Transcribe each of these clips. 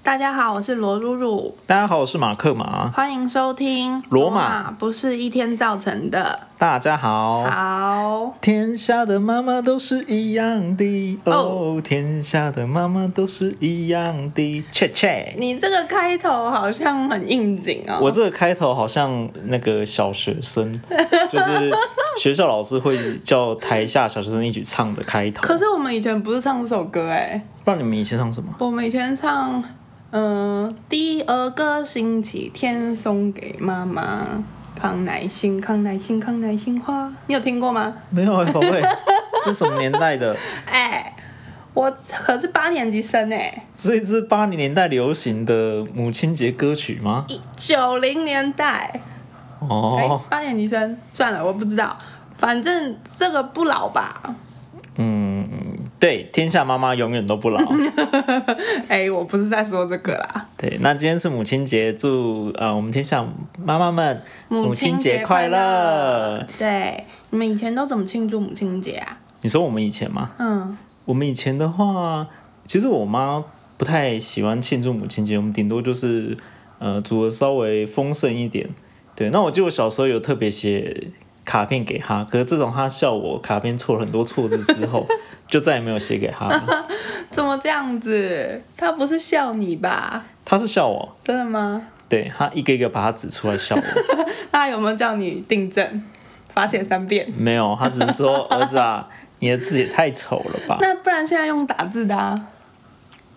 大家好，我是罗露露，大家好，我是马克马。欢迎收听《罗马不是一天造成的》。大家好。好，天下的妈妈都是一样的哦天下的妈妈都是一样的。切切，你这个开头好像很应景哦。我这个开头好像那个小学生， 就是学校老师会叫台下小学生一起唱的开头。可是我们以前不是唱这首歌哎，不知道你们以前唱什么？我们以前唱，嗯、第二个星期天送给妈妈。康乃馨，康乃馨，康乃馨花，你有听过吗？没有哎、宝贝， 这什么年代的？哎、我可是八年级生哎，所以这是八零年代流行的母亲节歌曲吗？九零年代。哎、哦，八年级生，算了，我不知道，反正这个不老吧？嗯，对，天下妈妈永远都不老。哎、我不是在说这个啦。对，那今天是母亲节，祝呃我们天下妈妈们母亲亲节快快乐！对，你们以前都怎么庆祝母亲节啊？你说我们以前吗？嗯，我们以前的话，其实我妈不太喜欢庆祝母亲节，我们顶多就是呃煮的稍微丰盛一点。对，那我记得我小时候有特别写卡片给她，可是自从她笑我卡片错了很多错字之后， 就再也没有写给她了。怎么这样子？他不是笑你吧？她是笑我，真的吗？对她一个一个把她指出来笑我。那他有没有叫你订正？罚写三遍。没有，他只是说儿子啊，你的字也太丑了吧？那不然现在用打字的啊，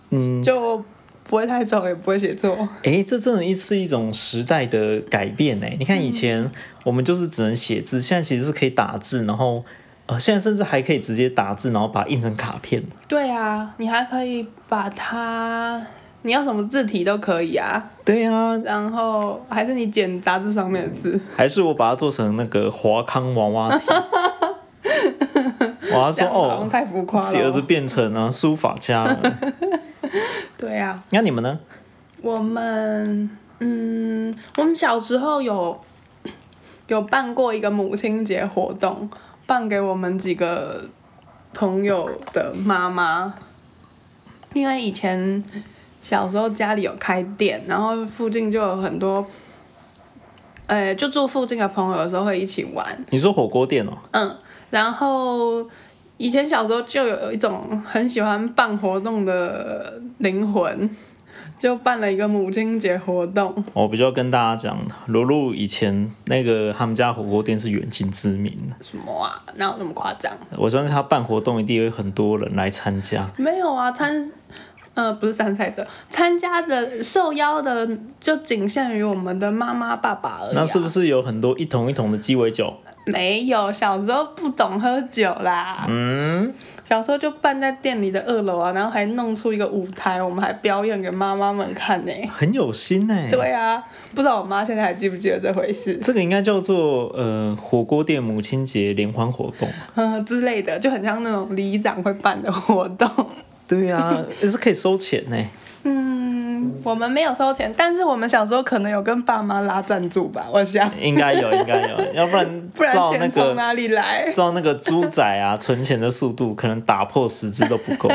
嗯，就不会太丑，也不会写错。诶，这真的是一种时代的改变呢。你看以前我们就是只能写字，现在其实是可以打字，然后呃，现在甚至还可以直接打字，然后把它印成卡片。对啊，你还可以把它，你要什么字体都可以啊。对啊，然后还是你剪杂志上面的字，还是我把它做成那个华康娃娃 体。我还这样好说像哦，太浮夸自己儿子了。变成啊书法家 了。对啊，那你们呢？我们嗯，我们小时候有有办过一个母亲节活动，办给我们几个朋友的妈妈，因为以前小时候家里有开店，然后附近就有很多。呃，就住附近的朋友有时候会一起玩，你说火锅店哦，嗯，然后以前小时候就有一种很喜欢办活动的灵魂，就办了一个母亲节活动。我比较跟大家讲，罗露以前那个他们家火锅店是远近知名的，什么啊？哪有那么夸张？我相信他办活动一定有很多人来参加。没有啊，参。呃，不是参赛者，参加的受邀的就仅限于我们的妈妈、爸爸而已、啊。那是不是有很多一桶一桶的鸡尾酒？没有，小时候不懂喝酒啦。嗯，小时候就办在店里的二楼啊，然后还弄出一个舞台，我们还表演给妈妈们看呢、很有心哎、对啊，不知道我妈现在还记不记得这回事，这个应该叫做呃火锅店母亲节联欢活动。嗯之类的，就很像那种里长会办的活动。 对啊，也 是可以收钱欸呢、嗯，我们没有收钱，但是我们小时候可能有跟爸妈拉赞助吧，我想，应该有，应该有，要不然 不然哎照那钱从个哪里来？ 照那个猪仔啊存钱的速度，可能打破十只都 不够。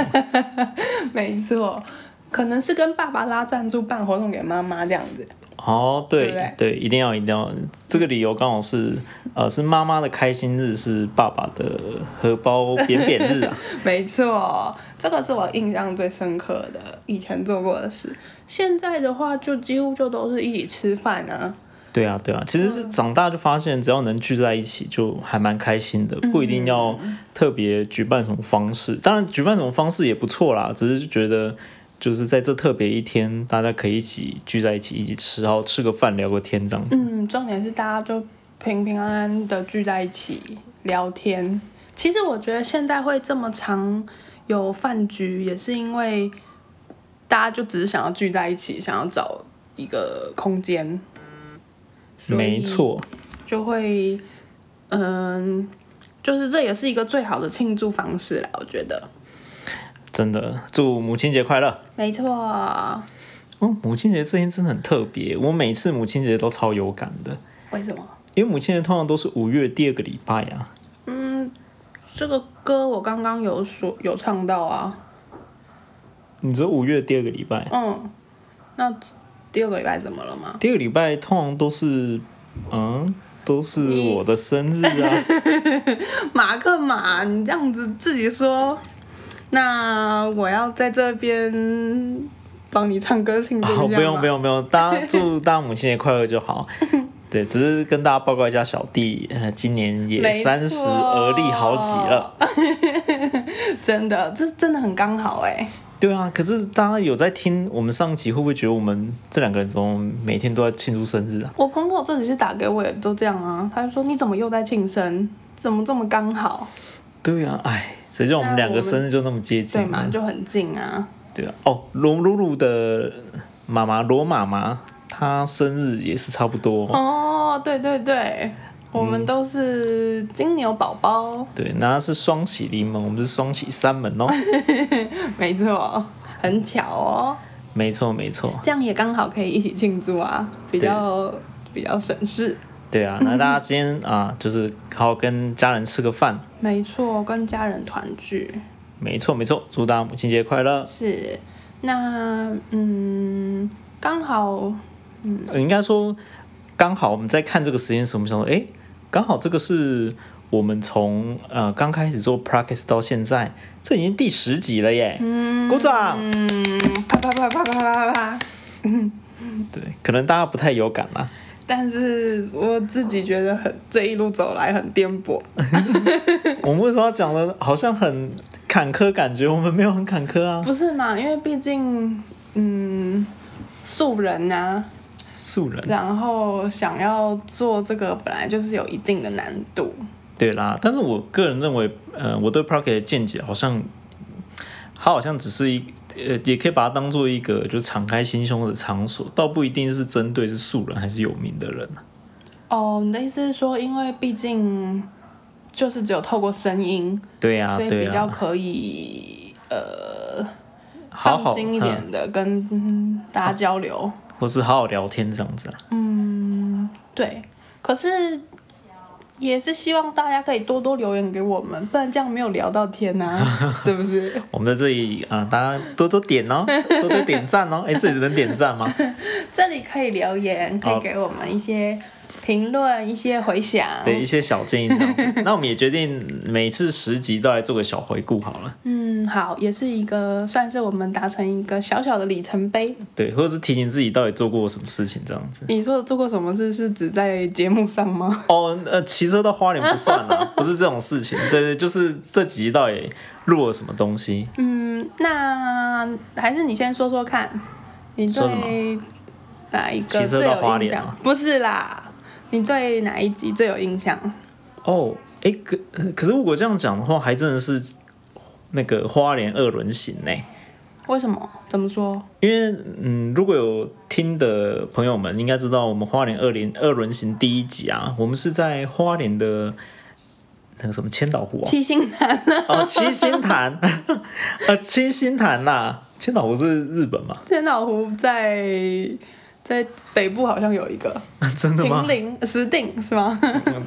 没错，可能是跟爸爸拉赞助办活动给妈妈这样子。哦，对对不对，一定要一定要，这个理由刚好是，呃，是妈妈的开心日，是爸爸的荷包扁扁日啊。没错，这个是我印象最深刻的以前做过的事。现在的话，就几乎就都是一起吃饭啊。对啊，对啊，其实嗯是长大就发现，只要能聚在一起，就还蛮开心的，不一定嗯要特别举办什么方式。当然，举办什么方式也不错啦，只是就觉得就是在这特别一天，大家可以一起聚在一起，一起吃，然后吃个饭，聊个天这样子。嗯，重点是大家就平平安安的聚在一起聊天。其实我觉得现在会这么常有饭局，也是因为大家就只是想要聚在一起，想要找一个空间，所以没错，就会嗯，就是这也是一个最好的庆祝方式啦，我觉得。真的，祝母亲节快乐！没错，哦，母亲节这天真的很特别，我每次母亲节都超有感的，为什么？因为母亲节通常都是五月第二个礼拜啊。这个歌我刚刚有说有唱到啊，你说五月第二个礼拜，嗯，那第二个礼拜怎么了吗？第二个礼拜通常都是，嗯，都是我的生日啊。马克马，你这样子自己说，那我要在这边帮你唱歌庆祝好，一哦不下、用不用，用不用，大家祝大家母亲节快乐就好。对，只是跟大家报告一下，小弟呃今年也没三十错而立好几了。 真的，这真的很刚好哎、对啊，可是大家有在听我们上集，会不会觉得我们这两个人怎么每天都在庆祝生日啊？我朋友这几次打给我也都这样啊，他就说你怎么又在庆生？怎么这么刚好？对啊，哎，谁叫我们两个生日就那么接近对呢？嘛，就很近啊。对啊，哦，罗露露的妈妈罗妈妈，她生日也是差不多。哦，对对对，我们都是金牛宝宝，对，那是双喜临门，我们是双喜三门 哦。没错，很巧哦，没错，没错。这样也刚好可以一起庆祝啊，比较比较省事。对啊，那大家今天啊、就是好好跟家人吃个饭。没错，跟家人团聚没错，没错，祝大家母亲节快乐。是那嗯，刚好呃应该说，刚好我们在看这个实验室，我们想说，诶，刚好这个是我们从呃刚开始做 practice 到现在，这已经第十集了耶！嗯，鼓 掌。嗯，啪啪啪啪啪啪啪啪，对，可能大家不太有感啦。但是我自己觉得很这一路走来很颠簸，我们为什么要讲的好像很坎坷？感觉我们没有很坎坷啊，不是嘛？因为毕竟嗯，素人啊， 素人。然后想要做这个，本来就是有一定的难度。对啦，但是我个人认为，呃，我对 p r o c k e t 的见解好像，它好像只是一，呃，也可以把它当做一个就是敞开心胸的场所，倒不一定是针对是素人还是有名的人啊。哦，你的意思是说，因为毕竟就是只有透过声音，对呀、所以对啊比呀、较可以、呃好好放心一嗯点的跟、嗯大家交流。或是好好聊天这样子啊。对，可是也是希望大家可以多多留言给我们，不然这样没有聊到天呐、 是不是？我们在这里啊、呃大家多多点 哦，多多点赞哦。哎，这里能点赞吗？这里可以留言，可好以给我们一些评论、一些回响。对，一些小建议这样子。那我们也决定每次十集都来做个小回顾好了。嗯，好，也是一个算是我们达成一个小小的里程碑。对，或者是提醒自己到底做过什么事情这样子。你说的做过什么事是指在节目上吗？哦，呃，骑车到花莲不算啦，不是这种事情。对对，就是这集到底录了什么东西？嗯，那还是你先说说看，你说什对哪一骑个车最到花有印莲啊象吗？不是啦，你对哪一集最有印象？哦，哎，可呃可是如果这样讲的话，还真的是那个花莲二轮行呢。为什么？怎么说？因为嗯，如果有听的朋友们应该知道，我们花莲二连二轮行第一集啊，我们是在花莲的那个什么千岛湖啊，七星潭哦，七星潭， 呃，七星潭呐、千岛湖是日本嘛？ 千岛湖在在北部好像有一个真的吗平？陵石定是吗？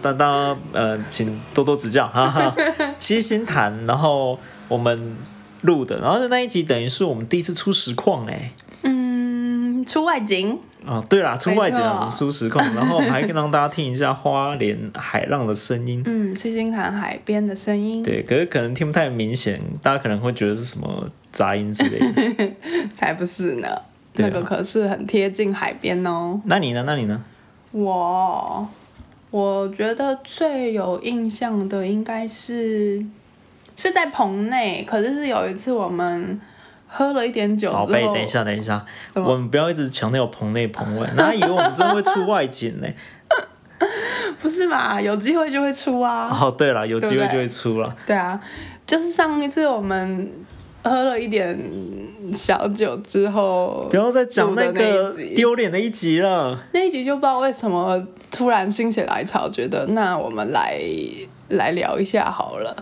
大家呃，请多多指教哈哈。七星潭，然后我们录的，然后那一集等于是我们第一次出实况哎、嗯，出外景。哦，对啦，出外景啊，没什么错出实况，然后我们还可以 让大家听一下花莲海浪的声音。嗯，七星潭海边的声音对，可是可能听不太明显，大家可能会觉得是什么杂音之类的。才不是呢，对啊那个可是很贴近海边哦。那你呢？那 你呢？我我觉得最有印象的应该是是在棚内，可是是有一次我们喝了一点酒宝之贝，后等，一下，等一下，怎么我们不要一直强调棚内棚外，那以为我们真的会出外景呢、 不是嘛？有机会就会出啊。哦，对了，有机对会不对就会出了。对啊，就是上一次我们喝了一点小酒之后不，要再讲那个录的那一集丢脸的一集了。那一集就不知道为什么突然心血来潮，觉得那我们来来聊一下好了。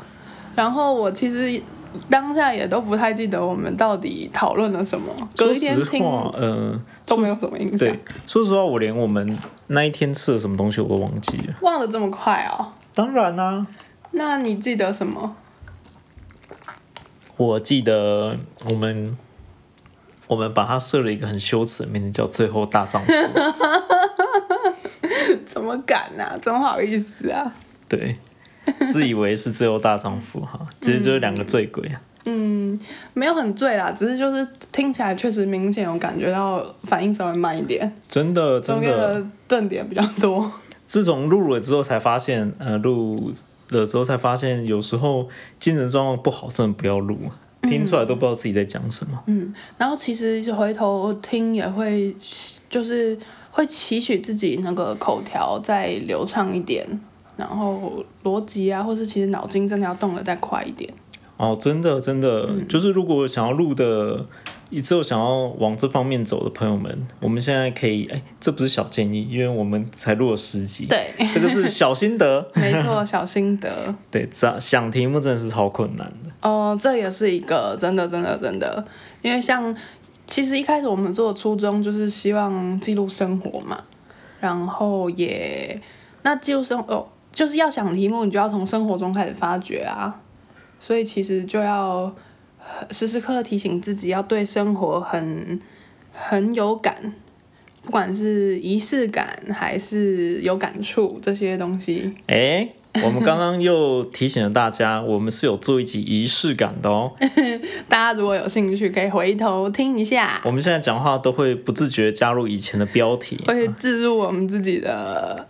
然后我其实当下也都不太记得我们到底讨论了什么，隔说一天实听话，嗯、都没有什么印象对，，说实话，我连我们那一天吃了什么东西我都忘记了。忘得这么快哦。当然啊啦、那你记得什么？我记得我们我们把它设了一个很羞耻的名字，叫“最后 大丈夫怎么敢啊？真好意思啊！”。对，自以为是“最后大丈夫”哈，其实就是两个醉鬼啊。嗯，没有很醉啦，只是就是听起来确实明显有感觉到反应稍微慢一点，真的，真中间的，的顿点比较多。自从录了之后才发现，呃，录了之后才发现，有时候精神状况不好，真的不要录，啊听出来都不知道自己在讲什么。嗯，然后其实就回头听也会，就是会期许自己那个口条再流畅一点，然后逻辑啊，或是其实脑筋真的要动得再快一点。哦，真的，真的，嗯就是如果想要录的，之后想要往这方面走的朋友们，我们现在可以，哎，这不是小建议，因为我们才录了十集，对，这个是小心得。 没错，小心得。对，想想题目真的是超困难的。哦，这也是一个真的，真的，真的，因为像其实一开始我们做的初衷就是希望记录生活嘛，然后也那记录生哦，就是要想题目，你就要从生活中开始发掘啊，所以其实就要呃时时刻刻提醒自己要对生活很很有感。不管是仪式感还是有感触这些东西， 哎，我们刚刚又提醒了大家，我们是有做一集仪式感的 哦。大家如果有兴趣，可以回头听一下。我们现在讲话都会不自觉加入以前的标题。会置入我们自己的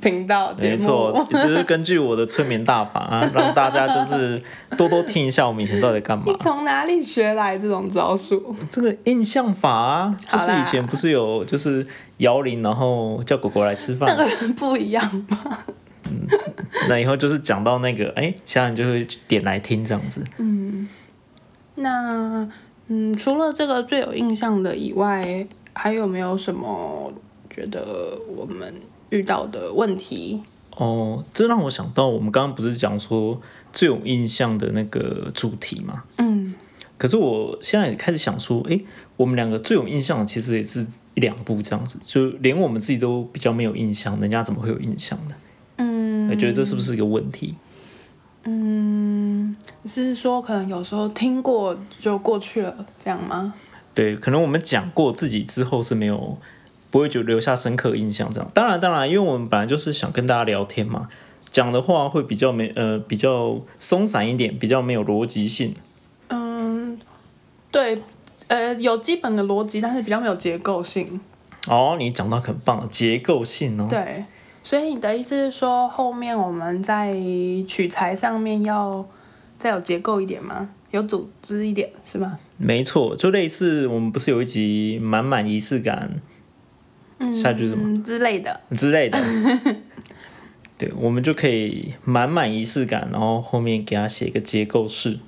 频道节目。没错，就是根据我的催眠大法啊，让大家就是多多听一下我们以前到底干嘛你。 从哪里学来这种招数？这个印象法啊，就是以前不是有就是摇铃，然后叫狗狗来吃饭， 不一样吧？那以后就是讲到那个，哎，其他人就会点来听这样子。那嗯，除了这个最有印象的以外，还有没有什么觉得我们遇到的问题？哦，这让我想到，我们刚刚不是讲说最有印象的那个主题嘛？嗯，可是我现在也开始想说，诶，我们两个最有印象的其实也是一两部这样子，就连我们自己都比较没有印象，人家怎么会有印象呢？嗯，我觉得这是不是一个问题？是说可能有时候听过就过去了，这样吗？对，可能我们讲过自己之后是没有不会就留下深刻印象这样。当然，当然，因为我们本来就是想跟大家聊天嘛，讲的话会比较没呃比较松散一点，比较没有逻辑性。嗯，对，呃，有基本的逻辑，但是比较没有结构性。哦，你讲到很棒，结构性哦。对，所以你的意思是说，后面我们在取材上面要再有结构一点吗？有组织一点是吗？没错，就类似我们不是有一集满满仪式感嗯下一句是什么之类的。之 类的，对，我们就可以满满仪式感，然后后面给它写一个结构式，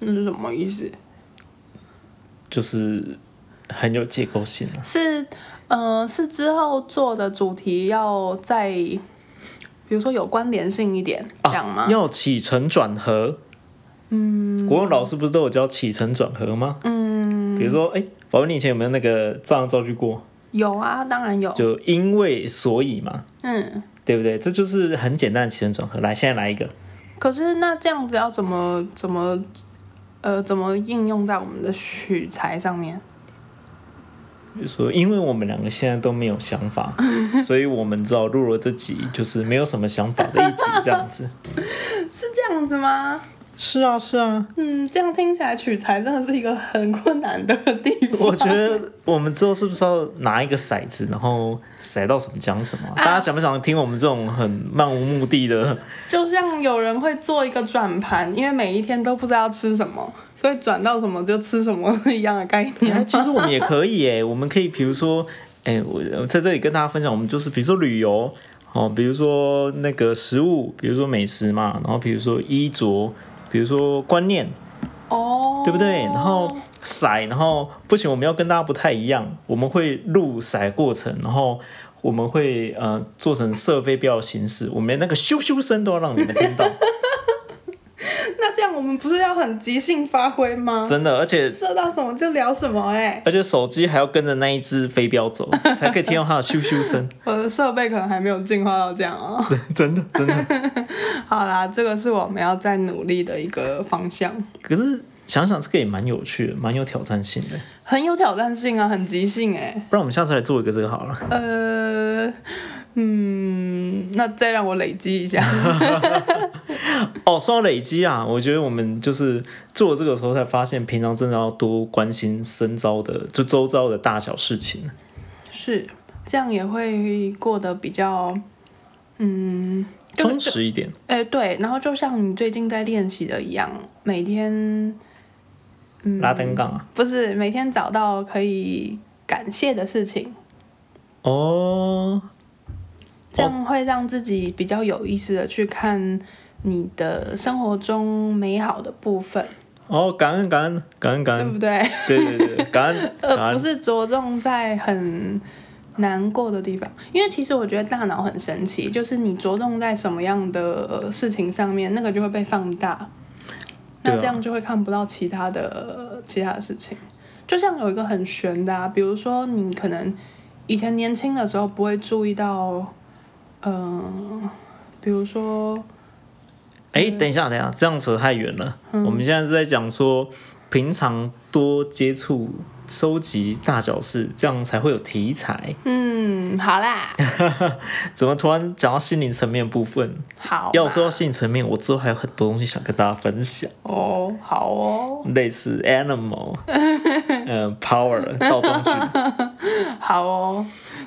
那是什么意思？就是很有结构性啊。是，呃，是之后做的主题要再，比如说有关联性一点，这样吗？啊要起承转合。嗯，国文老师不是都有教起承转合吗？嗯，比如说，哎、宝贝，你以前有没有那个照样造句过？有啊，当然有。就因为所以嘛，嗯，对不对？这就是很简单的起承转合。来，现在来一个。可是那这样子要怎么怎么，呃，怎么应用在我们的取材上面？就说，因为我们两个现在都没有想法， 所以我们知道录了这集就是没有什么想法的一集，这样子。是这样子吗？是啊，是啊，嗯，这样听起来取材真的是一个很困难的地方。 我觉得我们之后是不是要拿一个骰子，然后骰到什么讲什么啊、大家想不想听我们这种很漫无目的的？就像有人会做一个转盘，因为每一天都不知道吃什么，所以转到什么就吃什么一样的概念。哎其实我们也可以诶，我们可以比如说，哎，我我在这里跟大家分享，我们就是比如说旅游。哦，比如说那个食物，比如说美食嘛，然后比如说衣着，比如说观念，哦，对不对？然后骰，然后不行，我们要跟大家不太一样，我们会录骰过程，然后我们会呃做成射飞镖的形式，我们连那个咻咻声都要让你们听到，那这样我们不是要很即兴发挥吗？真的，而且射到什么就聊什么哎、而且手机还要跟着那一只飞镖走，才可以听到它的咻咻声，我的设备可能还没有进化到这样 哦。真的真的。好啦，这个是我们要再努力的一个方向。可是想想这个也蛮有趣的，蛮有挑战性的。很有挑战性啊，很即兴哎、不然我们下次来做一个这个好了。呃，嗯，那再让我累积一下。哦，说到累积啊，我觉得我们就是做这个时候才发现，平常真的要多关心身遭的，就周遭的大小事情。是，这样也会过得比较，嗯，就充实一点，哎、对，然后就像你最近在练习的一样，每天拉单杠啊。不是每天找到可以感谢的事情，嗯哦，这样会让自己比较有意识的去看你的生活中美好的部分，哦，感恩感恩感恩感 对恩，不对？对对对，感恩感呃，不恩。是着重在很难过的地方，因为其实我觉得大脑很神奇，就是你着重在什么样的事情上面，那个就会被放大，那对啊这样就会看不到其他的其他的事情。就像有一个很悬的、啊，比如说你可能以前年轻的时候不会注意到，嗯、比如说哎，等一下等一下，这样扯太远了。嗯我们现在是在讲说，平常多接触、收集大小事，这样才会有题材。嗯，好啦，怎么突然讲到心灵层面部分？ 好嘛，要说到心理层面，我之后还有很多东西想跟大家分享，哦，好哦，类似 animal，嗯，power 倒装句，好哦，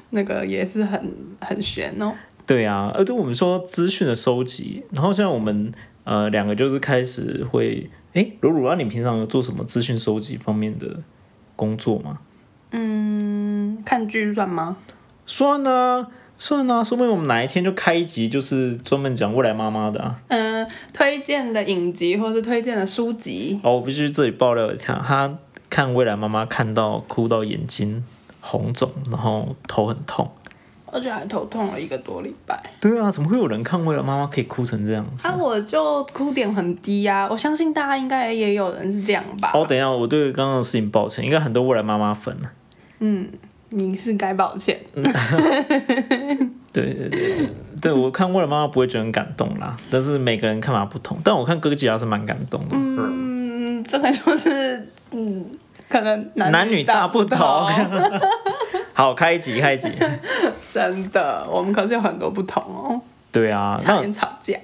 那个也是很很悬哦。对啊，呃，对我们说资讯的收集，然后现在我们呃两个就是开始会，诶，鲁鲁，那你平常有做什么资讯收集方面的工作吗？嗯，看剧算吗？算啊，算啊，说不定我们哪一天就开一集，就是专门讲未来妈妈的啊。嗯、推荐的影集或是推荐的书籍，哦，我必须这里爆料一下，她看未来妈妈看到哭到眼睛红肿，然后头很痛。而且还头痛了一个多礼拜。对啊，怎么会有人看为了妈妈可以哭成这样子？啊，我就哭点很低啊，我相信大家应该也有人是这样吧。哦，等一下，我对刚刚的事情抱歉，应该很多未来妈妈粉啊。你是该抱歉。对对对，对我看未来妈妈不会觉得很感动啦，但是每个人看法不同。但我看哥吉拉是蛮感动的，嗯、嗯，这个就是嗯，可能男男女大不同同，。好，开一集，开一集。真的，我们可是有很多不同哦，对啊，差那点吵架。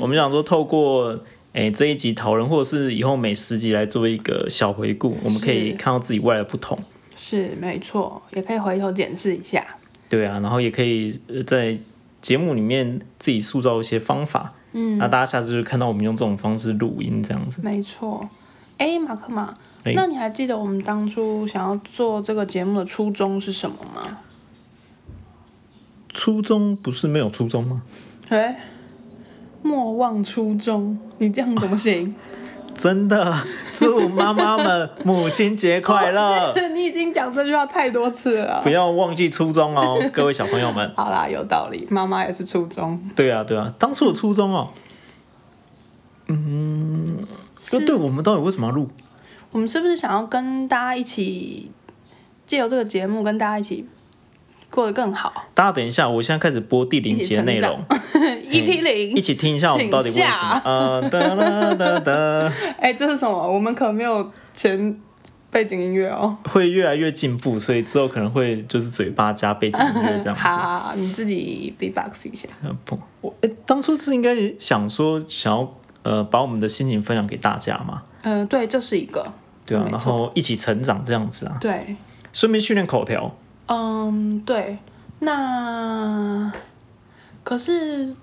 我们想说，透过诶、这一集讨论，或者是以后每十集来做一个小回顾，我们可以是看到自己未来的不同。是没错，也可以回头检视一下。对啊，然后也可以呃在节目里面自己塑造一些方法。嗯，那大家下次就看到我们用这种方式录音这样子。没错。哎，马克马，哎那你还记得我们当初想要做这个节目的初衷是什么吗？初中不是没有初中吗？哎，莫忘初衷，你这样怎么行？真的，祝妈妈们母亲节 快乐！你已经讲这句话太多次了不。要忘记初衷 哦，各位小朋友们。好啦，有道理，妈妈也是初衷。对啊，对啊，当初的初衷哦。嗯，对，我们到底为什么要录？我们是不是想要跟大家一起借由这个节目跟大家一起过得更好大家等一下，我现在开始播第零集的内容， ？EP 一 E 零，起听一下我们到底为什么。呃，哒啦哒哒， 哎，这是什么？我们可没有前背景音乐哦。会越来越进步，所以之后可能会就是嘴巴加背景音乐这样子。好，你自己 B-box 一下。呃不，我、诶当初是应该想说想要呃把我们的心情分享给大家嘛，嗯，对，这是一个。对啊没，然错后一起成长这样子啊，对，顺便训练口条。嗯，对。那可是，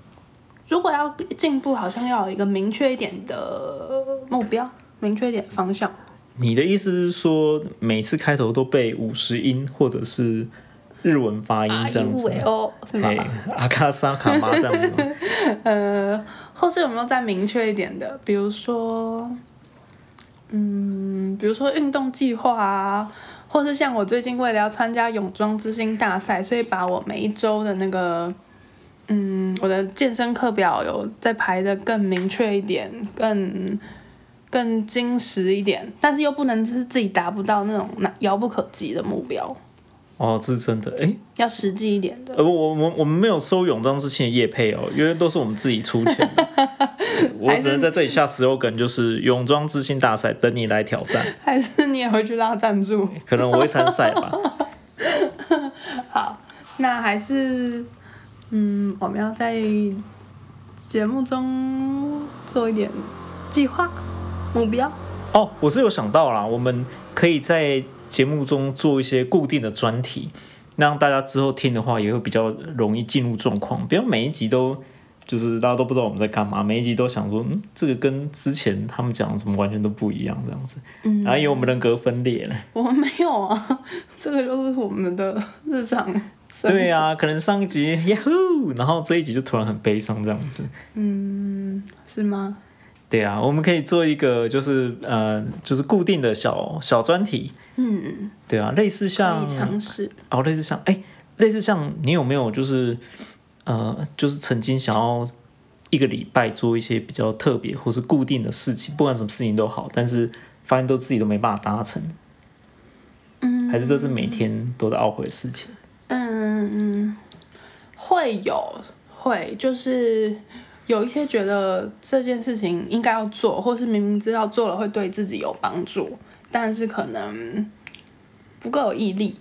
如果要进步，好像要有一个明确一点的目标，明确一点的方向。你的意思是说每次开头都背五十音或者是日文发音啊，这一样五子为吗？哦，是吗哎？，阿卡莎卡妈这样子 吗。呃，或是有没有再明确一点的，比如说，嗯，比如说运动计划啊，或是像我最近为了要参加泳装之星大赛，所以把我每一周的那个，嗯，我的健身课表有再排的更明确一点，更更精实一点，但是又不能是自己达不到那种那遥不可及的目标，哦，这是真的。哎、要实际一点的。 呃，我我我们没有收泳装之前的业配哦，因为都是我们自己出钱的。我只能在这里下 slogan，就是泳装自信大赛，等你来挑战。还是你也会去拉赞助？可能我会参赛吧。好，那还是嗯，我们要在节目中做一点计划目标。哦，我是有想到啦，我们可以在节目中做一些固定的专题，让大家之后听的话也会比较容易进入状况，不要每一集都就是大家都不知道我们在干嘛，每一集都想说，嗯，这个跟之前他们讲的什么完全都不一样，这样子，嗯，然后因为我们人格分裂 了，我们没有啊，这个就是我们的日常生活。对啊，可能上一集 Yahoo，然后这一集就突然很悲伤这样子，嗯，是吗？对啊，我们可以做一个就是呃就是固定的小小专题，嗯，对啊，类似可像以尝试。哦，类似像哎、类似像你有没有就是呃，就是曾经想要一个礼拜做一些比较特别或是固定的事情，不管什么事情都好，但是发现都自己都没办法达成，嗯还是这是每天都在懊悔的事情？嗯，会有会，就是有一些觉得这件事情应该要做，或是明明知道做了会对自己有帮助，但是可能不够有毅力。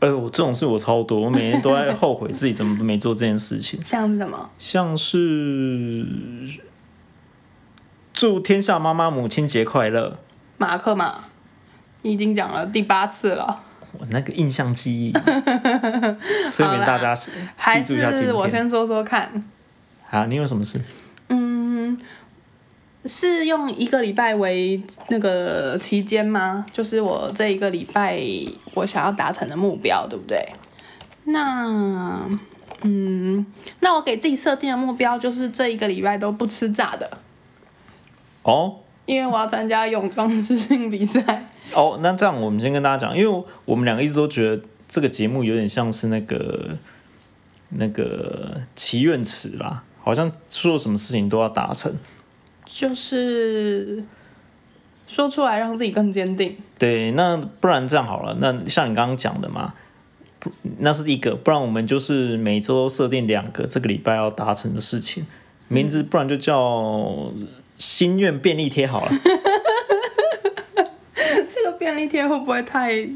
哎呦，我这种事我超多，我每天都在后悔自己怎么没做这件事情，像是什么？像是祝天下妈妈母亲节快乐。马克嘛，你已经讲了第八次了，我那个印象记忆，所以免大家还记住一下今是天。我先说说看。啊，你有什么事？嗯，是用一个礼拜为那个期间吗？就是我这一个礼拜我想要达成的目标，对不对？那嗯，那我给自己设定的目标就是这一个礼拜都不吃炸的，哦因为我要参加泳装自信比赛。哦，那这样我们先跟大家讲，因为我们两个一直都觉得这个节目有点像是那个那个祈愿池啦，好像做什么事情都要达成。就是说出来让自己更坚定。对，那不然这样好了，那像你刚刚讲的嘛，不那是一个，不然我们就是每周都设定两个这个礼拜要达成的事情，名字不然就叫心愿便利贴好了。这个便利贴会不会太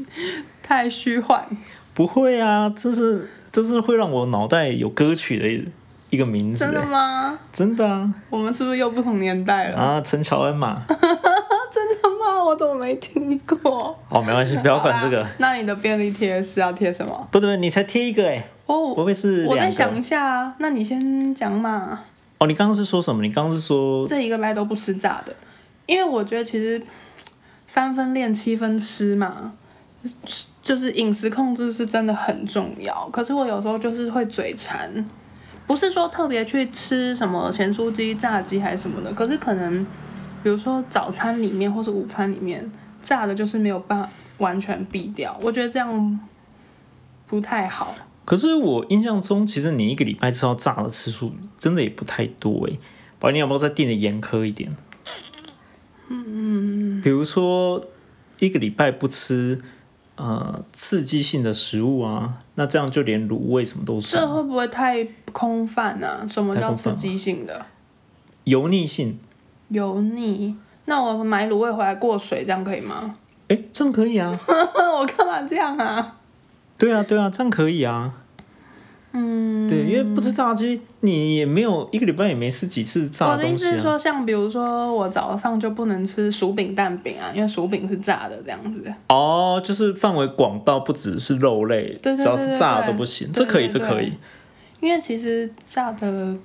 太虚幻？不会啊，这是这是会让我脑袋有歌曲的一个名字、真的欸，吗？真的啊。我们是不是又不同年代了？啊，陈乔恩嘛，他 妈，我怎么没听过？好，哦没关系，不不要管这个。那你的便利贴是要贴什么？不对，你才贴一个哎、哦，不会是我两再想个一？下啊。那你先讲嘛。哦，你刚刚是说什么？你刚刚是说这一个礼拜都不吃炸的，因为我觉得其实三分练七分吃嘛，就是饮食控制是真的很重要。可是我有时候就是会嘴馋，不是说特别去吃什么咸酥鸡、炸鸡还是什么的，可是可能比如说早餐里面或是午餐里面炸的，就是没有办法完全避掉。我觉得这样不太好。可是我印象中，其实你一个礼拜吃到炸的次数真的也不太多哎、欸，把你有没有再定的严苛一点？嗯，比如说一个礼拜不吃呃刺激性的食物啊，那这样就连卤味什么都这算会不会太空泛啊？什么啊太叫空泛刺吗激性的？油腻性，油腻。那我买卤味回来过水，这样可以吗？ 哎、这样可以啊，我干嘛这样啊？对啊对啊，这样可以啊。嗯，对，因为不吃炸鸡，你也没有一个礼拜也没吃几次炸我的的意东西思是啊。说，像比如说我早上就不能吃薯饼蛋饼啊，因为薯饼是炸的这样子。哦，就是范围广到不只是肉类，对对对只要是炸的对都不行，对这可以，对这可以。因为其实炸的，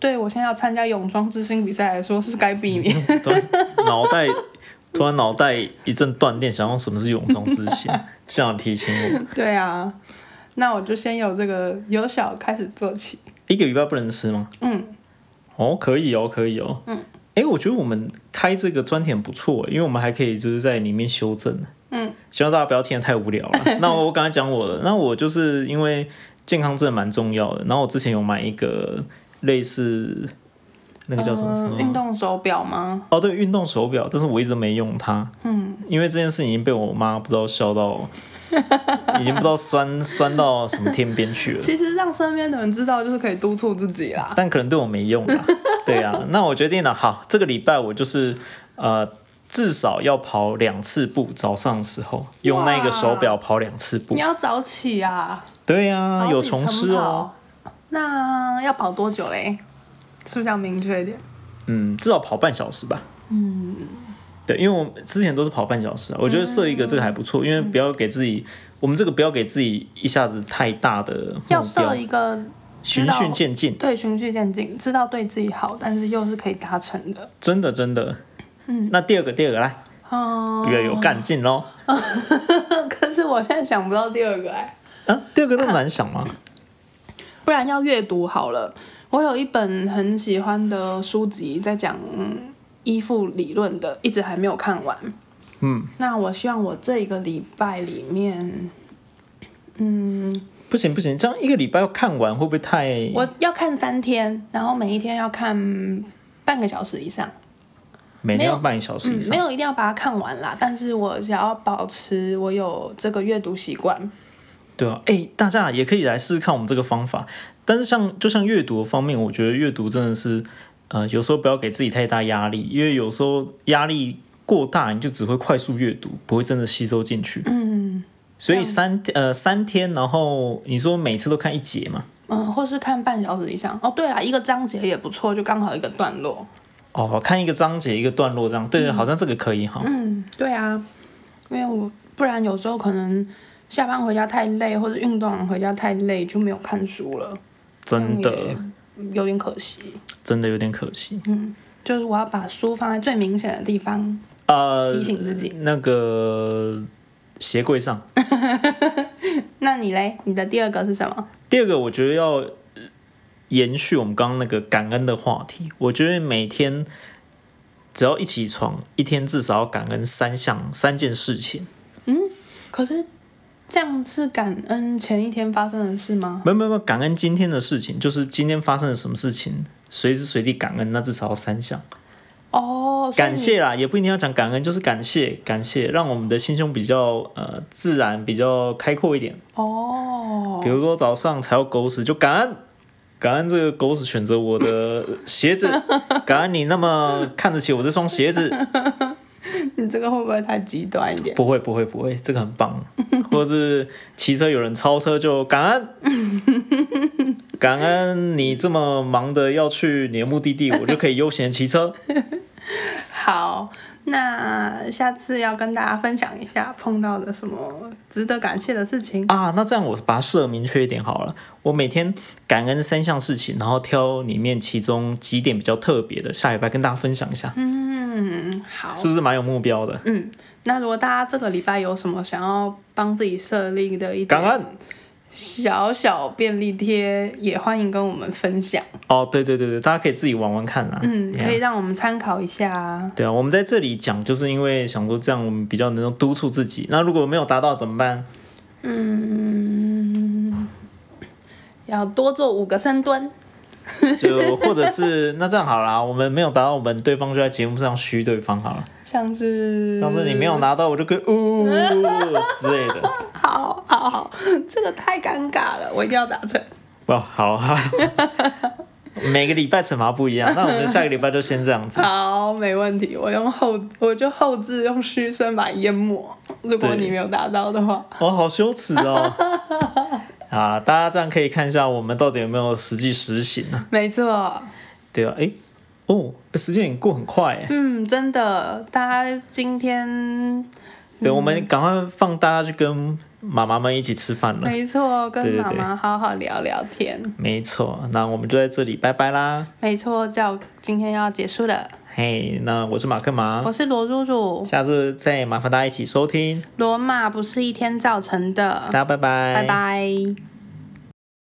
对我现在要参加泳装之星比赛来说是该避免。 突然脑袋突然脑袋一阵断电，想用什么是泳装之 前，这样提醒我，对啊，那我就先由这个由小开始做起。一个礼拜不能吃吗？嗯，哦，可以哦，可以哦。嗯。哎，我觉得我们开这个专题很不错，因为我们还可以就是在里面修正。嗯，希望大家不要听得太无聊了。那我刚才讲我的，那我就是因为健康真的蛮重要的。然后我之前有买一个类似那个叫什么什么嗯运动手表吗？哦，对，运动手表，但是我一直没用它。嗯，因为这件事已经被我妈不知道笑到，已经不知道酸酸到什么天边去了。其实让身边的人知道，就是可以督促自己啦。但可能对我没用啦。对啊，那我决定了，好，这个礼拜我就是呃，至少要跑两次步，早上的时候用那个手表跑两次步你。要早起啊，对啊，早有起虫晨吃哦。跑。那要跑多久嘞？是不是要明确一点？嗯，至少跑半小时吧。嗯，对，因为我们之前都是跑半小时啊，我嗯觉得设一个这个还不错，因为不要给自己，我们这个不要给自己一下子太大的目要设标，一个知循道序渐进，对循序渐进，知道对自己好，但是又是可以达成的。真的真的。嗯，那第二个第二个来，嗯， 越有干劲喽。可是我现在想不到第二个哎、啊，第二个那么难想吗？不然要阅读好了。我有一本很喜欢的书籍，在讲嗯依附理论的，一直还没有看完。嗯，那我希望我这一个礼拜里面，嗯，不行不行，这样一个礼拜要看完会不会太？我要看三天，然后每一天要看半个小时以上。每天没有要半个小时以嗯，上没。有一定要把它看完啦，但是我想要保持我有这个阅读习惯。对啊，哎、大家也可以来试试看我们这个方法。但是像就像阅读方面，我觉得阅读真的是，呃，有时候不要给自己太大压力，因为有时候压力过大，你就只会快速阅读，不会真的吸收进去。嗯。所以三呃三天，然后你说每次都看一节嘛？嗯，或是看半小时以上。哦，对啦，一个章节也不错，就刚好一个段落。哦，看一个章节一个段落这样，对对，好像这个可以哈。嗯，对啊，因为我不然有时候可能下班回家太累，或者运动完回家太累，就没有看书了，真这的样也有点可惜。真的有点可惜。就是我要把书放在最明显的地方，呃，提醒自己那个鞋柜上。那你嘞？你的第二个是什么？第二个，我觉得要呃延续我们刚刚那个感恩的话题。我觉得每天只要一起床，一天至少要感恩三项三件事情。可是这样是感恩前一天发生的事吗？没有没有没有，感恩今天的事情，就是今天发生了什么事情，随时随地感恩，那至少要三项。哦，所以感你谢啦，也不一定要讲感恩，就是感谢感谢，让我们的心胸比较呃自然，比较开阔一点。哦 比，如说早上踩到狗屎就感恩，感恩这个狗屎选择我 的鞋子，感恩你那么看得起我这双鞋子。 你这个会不会太极端一点？不会不会不会，这个很棒。或是骑车有人超车就感恩， 感恩你这么忙的要去你的目的地，我就可以悠闲骑车。好，那下次要跟大家分享一下碰到的什么值得感谢的事情。啊，那这样我把它设明确一点好了。我每天感恩三项事情，然后挑里面其中几点比较特别的，下礼拜跟大家分享一下，嗯，好。是不是蛮有目标的？嗯，那如果大家这个礼拜有什么想要帮自己设立的一感恩点小小便利贴，也欢迎跟我们分享。哦，对对对对，大家可以自己玩玩看啦。嗯， Yeah 可以让我们参考一下啊。对啊，我们在这里讲，就是因为想说这样我们比较能够督促自己。那如果没有达到怎么办？要多做五个深蹲。 就或者是那这样好啦，我们没有达到，我们对方就在节目上嘘对方好了。像是，上次你没有拿到，我就可以呜之类的。 好好好，这个太尴尬了，我一定要达成。哇，好啊。每个礼拜惩罚不一 样，那我们下个礼拜就先这样子。好，没问题，我用后，我就后置用嘘声把它淹没。如果对你没有达到的话，我、好羞耻 哦。啊，大家这样可以看一下我们到底有没有实际实行啊？没错，对啊，诶，哦，时间也过很快哎。嗯，真的，大家今天对，我们赶快放大家去跟妈妈们一起吃饭了。没错，跟对对妈妈好好聊聊天。没错，那我们就在这里拜拜啦。没错，叫今天要结束了。嘿，那我是马克马我，是罗露露，下次再麻烦大家一起收听，罗马不是一天造成的大。家拜拜，拜拜。